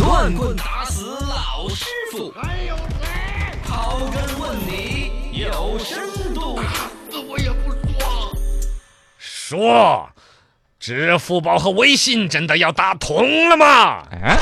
乱棍打死老师傅，还有谁？刨根问底有深度。那啊我也不说。说，支付宝和微信真的要打通了吗？哎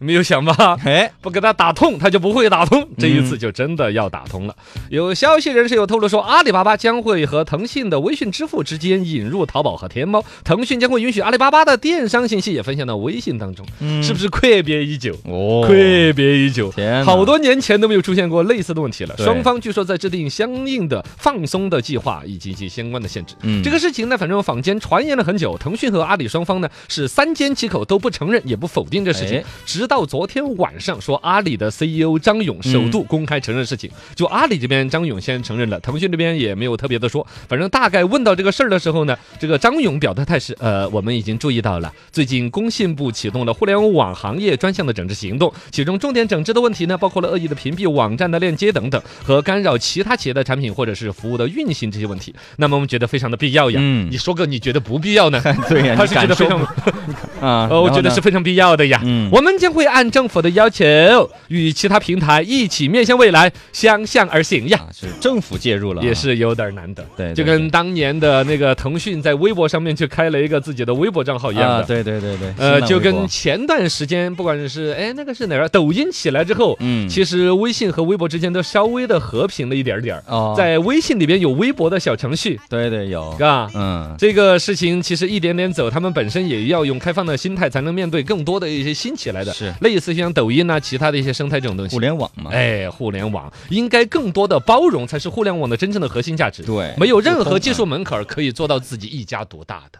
没有想吧？哎，嗯不给他打通，他就不会打通。这一次就真的要打通了。有消息人士有透露说，阿里巴巴将会和腾讯的微信支付之间引入淘宝和天猫，腾讯将会允许阿里巴巴的电商信息也分享到微信当中，嗯是不是阔别已久？哦，阔别已久天，哪好多年前都没有出现过类似的问题了。对双方据说在制定相应的放松的计划以及及相关的限制。嗯这个事情呢，反正坊间传言了很久，腾讯和阿里双方呢是三缄其口，都不承认也不否定这事情哎，直到昨天晚上说阿里的 CEO 张勇首度公开承认事情，就阿里这边张勇先承认了，腾讯这边也没有特别的说，反正大概问到这个事儿的时候呢，这个张勇表的态是，呃，我们已经注意到了，最近工信部启动了互联网行业专项的整治行动，其中重点整治的问题呢，包括了恶意的屏蔽网站的链接等等，和干扰其他企业的产品或者是服务的运行这些问题。那么我们觉得非常的必要呀，嗯你说个你觉得不必要呢？对呀，他是觉得非常你敢说，啊，呃，我然后觉得呢是非常必要的呀。嗯我们将会按政府的要求，与其他平台一起面向未来，相向而行呀。啊，是政府介入了啊，也是有点难得，对对就跟当年的那个腾讯在微博上面去开了一个自己的微博账号一样啊，的。对对对对，呃，新浪就微跟博前段时间，不管是哎那个是哪儿，抖音起来之后，嗯其实微信和微博之间都稍微的和平了一点儿点儿。哦，在微信里边有微博的小程序，对对有，啊，嗯，这个事情其实一点点走，他们本身也要用开放的心态，才能面对更多的一些新起来的，是类似像抖音呐、其他的一些生态这种东西互。联网嘛，哎，互联网应该更多的包容才是互联网的真正的核心价值。对没有任沟通何啊技术门槛儿可以做到自己一家独大的。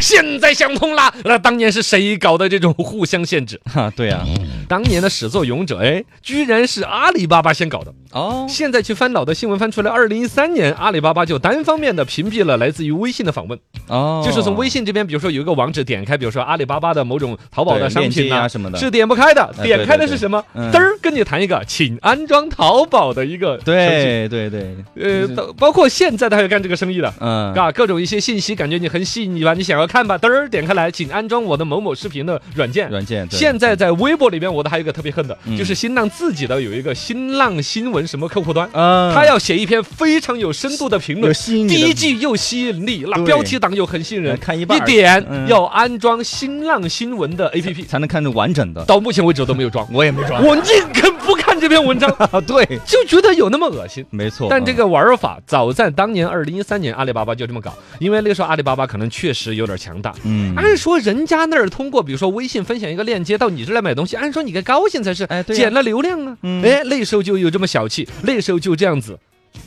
现在想通了，那当年是谁搞的这种互相限制？哈，对呀，当年的始作俑者，哎，居然是阿里巴巴先搞的。哦，现在去翻老的新闻，翻出来，二零一三年阿里巴巴就单方面的屏蔽了来自于微信的访问，哦，就是从微信这边，比如说有一个网址点开，比如说阿里巴巴的某种淘宝的对商链品接呐、啊什么的是点不开的。哎对点开的对是对什么？嗯嘚儿跟你弹一个，请安装淘宝的一个程序。对对对，呃，包包括现在的还有干这个生意的。嗯，啊，各种一些信息，感觉你很吸引你吧，你想要看吧，嘚儿点开来，请安装我的某某视频的软件。软件对现在在微博里边，我的还有一个特别恨的，嗯就是新浪自己的有一个新浪新闻什么客户端，嗯，他要写一篇非常有深度的评论有，吸引你的第一句又吸引力，那对标题党又很吸引人，看一半儿点嗯要安装新浪新闻的 APP，才能看着完整的，到目前为止都没有装 ，我也没装我宁肯不看这篇文章，啊， 对，就觉得有那么恶心。没错，但这嗯个玩法早在当年二零一三年，阿里巴巴就这么搞，因为那个时候阿里巴巴可能确实有点强大。嗯，按说人家那儿通过，比如说微信分享一个链接到你这儿来买东西，按说你该高兴才是，哎对呀捡了流量啊。嗯哎，那时候就有这么小气，那时候就这样子，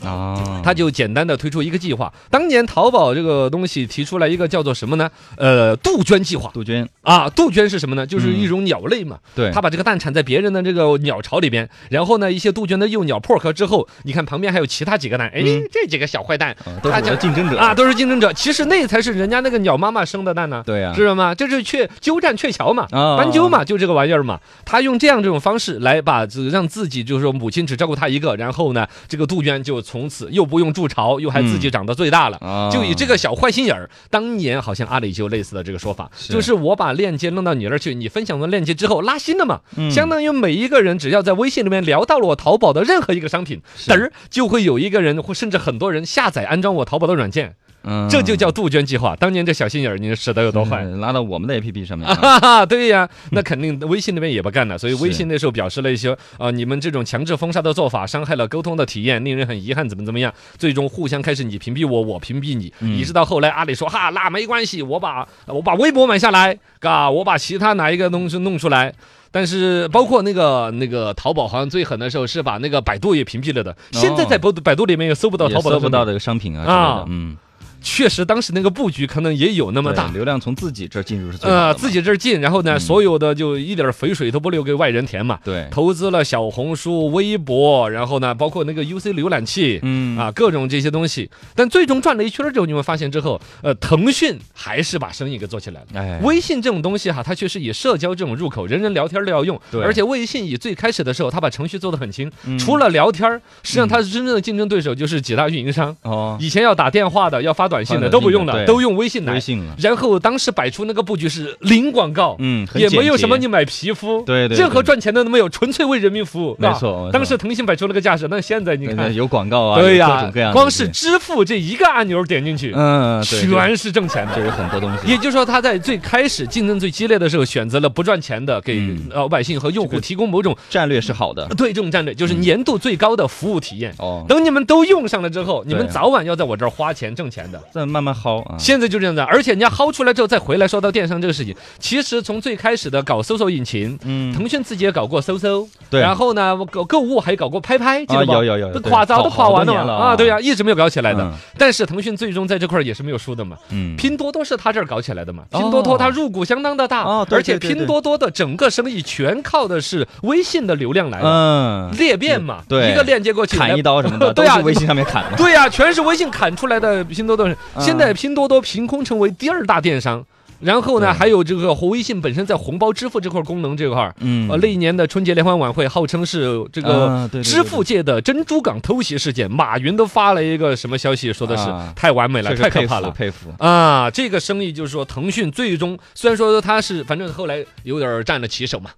啊，他就简单的推出一个计划。当年淘宝这个东西提出来一个叫做什么呢？呃，杜鹃计划杜鹃啊。杜鹃是什么呢？就是一嗯种鸟类嘛。对，他把这个蛋产在别人的这个鸟巢里边，然后呢，一些杜鹃的幼鸟破壳之后，你看旁边还有其他几个蛋，哎嗯，这几个小坏蛋啊都是他我的就竞争者啊，，都是竞争者。其实那才是人家那个鸟妈妈生的蛋呢。对呀，知道吗？这是鹊鸠占鹊桥嘛，啊斑鸠嘛，就这个玩意儿嘛。他用这样这种方式来把自让自己就是说母亲只照顾他一个，然后呢，这个杜鹃就从此又不用筑巢，又还自己长得最大了。啊就以这个小坏心眼儿，当年好像阿里就有类似的这个说法，是就是我把链接弄到你那儿去，你分享完链接之后拉新了嘛，嗯相当于每一个人只要在微信里面聊到了我淘宝的任何一个商品，是嘚儿就会有一个人或甚至很多人下载安装我淘宝的软件，嗯这就叫杜鹃计划。当年这小心眼儿，你使得有多坏？嗯拉到我们的 APP 上面啊哈啊，哈， 对呀，那肯定微信那边也不干了，所以微是信那时候表示了一些，呃，你们这种强制封杀的做法伤害了沟通的体验，令人很遗憾，怎么怎么样，最终互相开始你屏蔽我，我屏蔽你，嗯以致到后来阿里说哈，那没关系，我把我把微博买下来，嘎，我把其他哪一个东西弄出来。但是包括那个那个淘宝好像最狠的时候是把那个百度也屏蔽了的，现在在百度百度里面也搜不到哦也淘宝的搜商不品到，这个商品啊之类啊的，嗯，确实当时那个布局可能也有那那么大，流量从自己这儿进入是最好呃，的嘛，嗯自己这儿进，然后呢，所有的就一点儿肥水都不留给外人填嘛。对，投资了小红书、微博，然后呢，包括那个 UC 浏览器。嗯啊，各种这些东西，但最终转了一圈儿之后，你会发现之后，呃，腾讯还是把生意给做起来了。哎，微信这种东西哈，它确实以社交这种入口，人人聊天都要用。对而且微信以最开始的时候，它把程序做得很轻，嗯除了聊天儿，实际上它真正的竞争对手就是几大运营商。哦，以前要打电话的，要发短信发的短都不信的用了，对都用微信来微。信啊了，然后当时摆出那个布局是零广告，嗯，很也没有简洁什么你买皮肤，对对对任何赚钱的都没有，纯粹为人民服务。没是吧错没当时错腾讯摆出了个架势，那现在你对对看，有广告啊，对有各呀种各样，的光东是西支付这一个按钮点进去，嗯，对对全是挣钱的就。有很多东西，也就是说，他在最开始竞争最激烈的时候，选择了不赚钱的，给呃嗯老百姓和用户提供某种呃战略是好的对这种战略，就是粘度最高的服务体验。嗯哦，等你们都用上了之后，你们对啊早晚要在我这儿花钱挣钱的。再慢慢薅啊，现在就这样子，而且人家薅出来之后再回来说到电商这个事情，其实从最开始的搞搜索引擎，嗯腾讯自己也搞过搜搜，对然后呢，购购物还搞过拍拍，记得吧？啊有有有都对垮糟都垮完好好多了年了啊，啊对呀，一直没有搞起来的嗯。但是腾讯最终在这块儿也是没有输的嘛，嗯拼多多是他这儿搞起来的嘛？哦拼多多它入股相当的大，哦对而且对对对拼多多的整个生意全靠的是微信的流量来的，嗯，裂变嘛，对一个链接过去，砍一刀什么的，对都呀是微信上面砍的，对呀、全是微信砍出来的拼多多。嗯现在拼多多凭空成为第二大电商，然后呢，对还有这个微信本身在红包支付这块功能这块儿，嗯呃，那一年的春节联欢晚会号称是这啊个对对对支付界的珍珠港偷袭事件，马云都发了一个什么消息，说的是啊太完美了，确实太可佩怕服了。佩服，啊，这个生意就是说，腾讯最终虽然说它是，反正后来有点儿占了旗手嘛。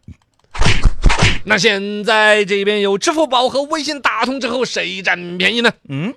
那现在这边有支付宝和微信打通之后，谁占便宜呢？嗯，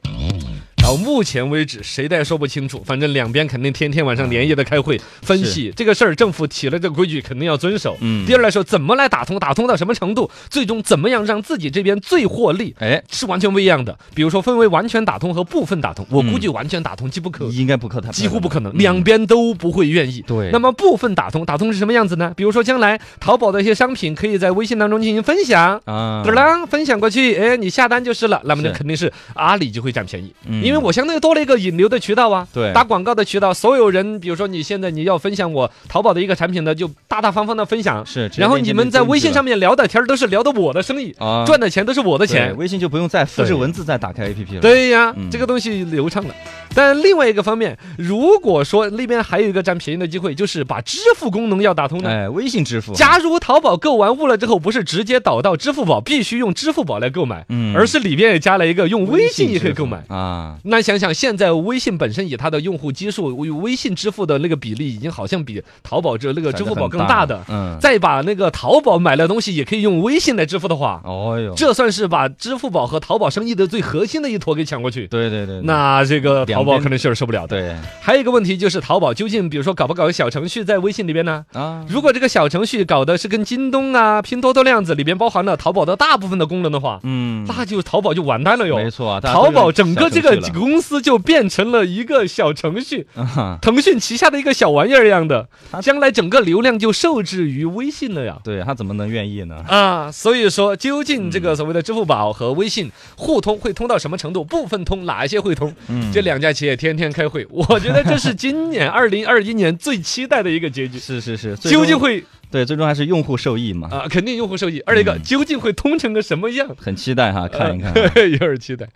到目前为止，谁也说不清楚。反正两边肯定天天晚上连夜的开会分析这个事儿，政府起了这个规矩，肯定要遵守。嗯第二来说，怎么来打通，打通到什么程度，最终怎么样让自己这边最获利。哎，是完全不一样的，比如说分为完全打通和部分打通，我嗯估计完全打通机不可应该不可能，几乎不可能，嗯两边都不会愿意。对那么部分打通，打通是什么样子呢？比如说将来淘宝的一些商品可以在微信当中进行分享。啊，嘚儿啷分享过去，哎，你下单就是了，那么呢是肯定是阿里就会占便宜，嗯因为我相对多了一个引流的渠道啊，对打广告的渠道，所有人，比如说你现在你要分享我淘宝的一个产品呢，就大大方方的分享，是直接然后链接你们在就进去微信了上面聊的天儿都是聊的我的生意，啊赚的钱都是我的对钱，微信就不用再复制对文字再打开 APP 了，，对呀，嗯这个东西流畅了。但另外一个方面，如果说那边还有一个占便宜的机会，就是把支付功能要打通呢。哎，微信支付，假如淘宝购完物了之后，不是直接导到支付宝，必须用支付宝来购买，嗯而是里边也加了一个用微信也可以支付购买。啊，那想想，现在微信本身以它的用户基数，微微信支付的那个比例已经好像比淘宝这那个支付宝更大的。嗯，再把那个淘宝买的东西也可以用微信来支付的话，哦哟，这算是把支付宝和淘宝生意的最核心的一坨给抢过去。对对对，对那这个淘宝两边可能是受不了的。对还有一个问题就是，淘宝究竟比如说搞不搞小程序在微信里边呢？啊，如果这个小程序搞的是跟京东啊、拼多多那样子，里边包含了淘宝的大部分的功能的话，嗯，那就淘宝就完蛋了哟。没错啊，大家都淘宝用整个这小个程序了公司就变成了一个小程序，啊，腾讯旗下的一个小玩意儿一样的它，将来整个流量就受制于微信了呀。对他怎么能愿意呢？啊，所以说究竟这个所谓的支付宝和微信互通会通到什么程度？部分通，哪一些会通？嗯这两家企业天天开会， 我觉得这是今 年二零二一年最期待的一个结局。是是是，最究竟终会对最终还是用户受益嘛，啊、肯定用户受益。二一个，嗯究竟会通成个什么样？很期待哈，看一看啊。 有点期待。